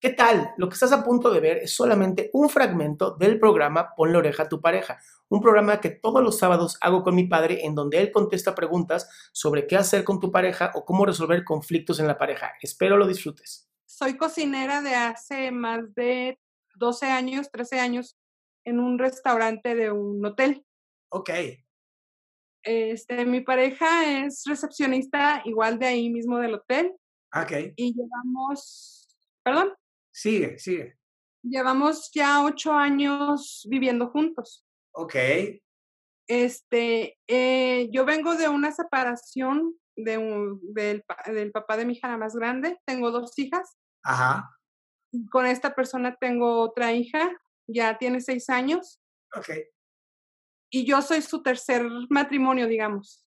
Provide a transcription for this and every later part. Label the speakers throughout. Speaker 1: ¿Qué tal? Lo que estás a punto de ver es solamente un fragmento del programa Pon la oreja a tu pareja, un programa que todos los sábados hago con mi padre en donde él contesta preguntas sobre qué hacer con tu pareja o cómo resolver conflictos en la pareja. Espero lo disfrutes.
Speaker 2: Soy cocinera de hace más de 12 años, 13 años, en un restaurante de un hotel.
Speaker 1: Ok.
Speaker 2: Este, mi pareja es recepcionista igual de ahí mismo del hotel.
Speaker 1: Ok.
Speaker 2: Y llevamos, perdón,
Speaker 1: Sigue, sigue.
Speaker 2: llevamos ya ocho años viviendo juntos.
Speaker 1: Ok.
Speaker 2: Este, eh, yo vengo de una separación de un- del, pa- del papá de mi hija la más grande. Tengo dos hijas.
Speaker 1: Ajá.
Speaker 2: Con esta persona tengo otra hija, ya tiene seis años.
Speaker 1: Ok.
Speaker 2: Y yo soy su tercer matrimonio, digamos,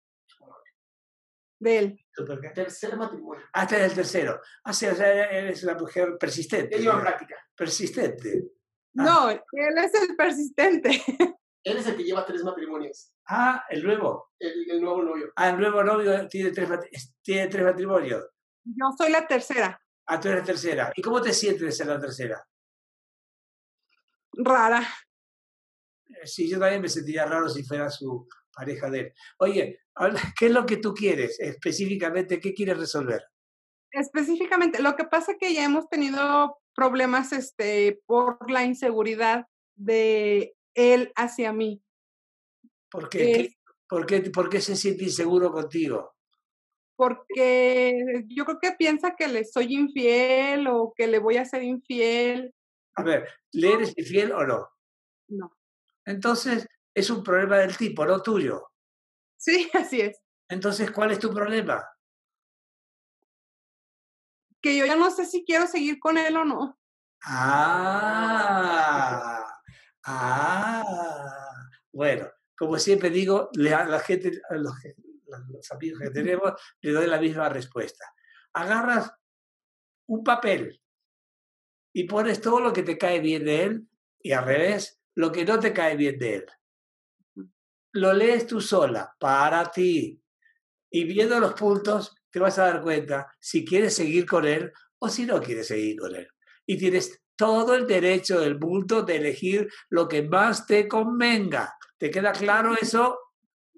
Speaker 2: de él.
Speaker 1: Súper.
Speaker 3: Tercer matrimonio.
Speaker 1: Hasta el tercero. Ah, sí, o sea, eres la mujer persistente.
Speaker 3: Él iba a práctica.
Speaker 1: Persistente.
Speaker 2: No, él es el persistente.
Speaker 3: Él es el que lleva tres matrimonios.
Speaker 1: Ah, el nuevo.
Speaker 3: El, el nuevo novio.
Speaker 1: Ah, el nuevo novio tiene tres, mat- tiene tres matrimonios.
Speaker 2: Yo soy la tercera,
Speaker 1: Ah, tú eres la tercera. ¿Y cómo te sientes de ser la tercera?
Speaker 2: rara.
Speaker 1: Eh, Sí, yo también me sentiría raro si fuera su pareja de él. Oye, habla- ¿qué es lo que tú quieres específicamente? ¿Qué quieres resolver?
Speaker 2: Específicamente, lo que pasa que ya hemos tenido problemas este, por la inseguridad de él hacia mí.
Speaker 1: ¿Por qué? ¿Qué-
Speaker 2: Es
Speaker 1: por, qué, ¿Por qué se siente inseguro contigo?
Speaker 2: porque yo creo que piensa que le soy infiel o que le voy a ser infiel.
Speaker 1: A ver, ¿le eres infiel o no?
Speaker 2: No.
Speaker 1: Entonces, es un problema del tipo, no tuyo.
Speaker 2: Sí, así es.
Speaker 1: Entonces, ¿cuál es tu problema?
Speaker 2: Que yo ya no sé si quiero seguir con él o no.
Speaker 1: Ah, ah. Bueno, como siempre digo, le- a la gente, a los, que- a los amigos que tenemos, le doy la misma respuesta. Agarras un papel y pones todo lo que te cae bien de él y al revés, lo que no te cae bien de él. Lo lees tú sola, para ti. Y viendo los puntos, te vas a dar cuenta si quieres seguir con él o si no quieres seguir con él y tienes todo el derecho del mundo de elegir lo que más te convenga. ¿Te queda claro eso?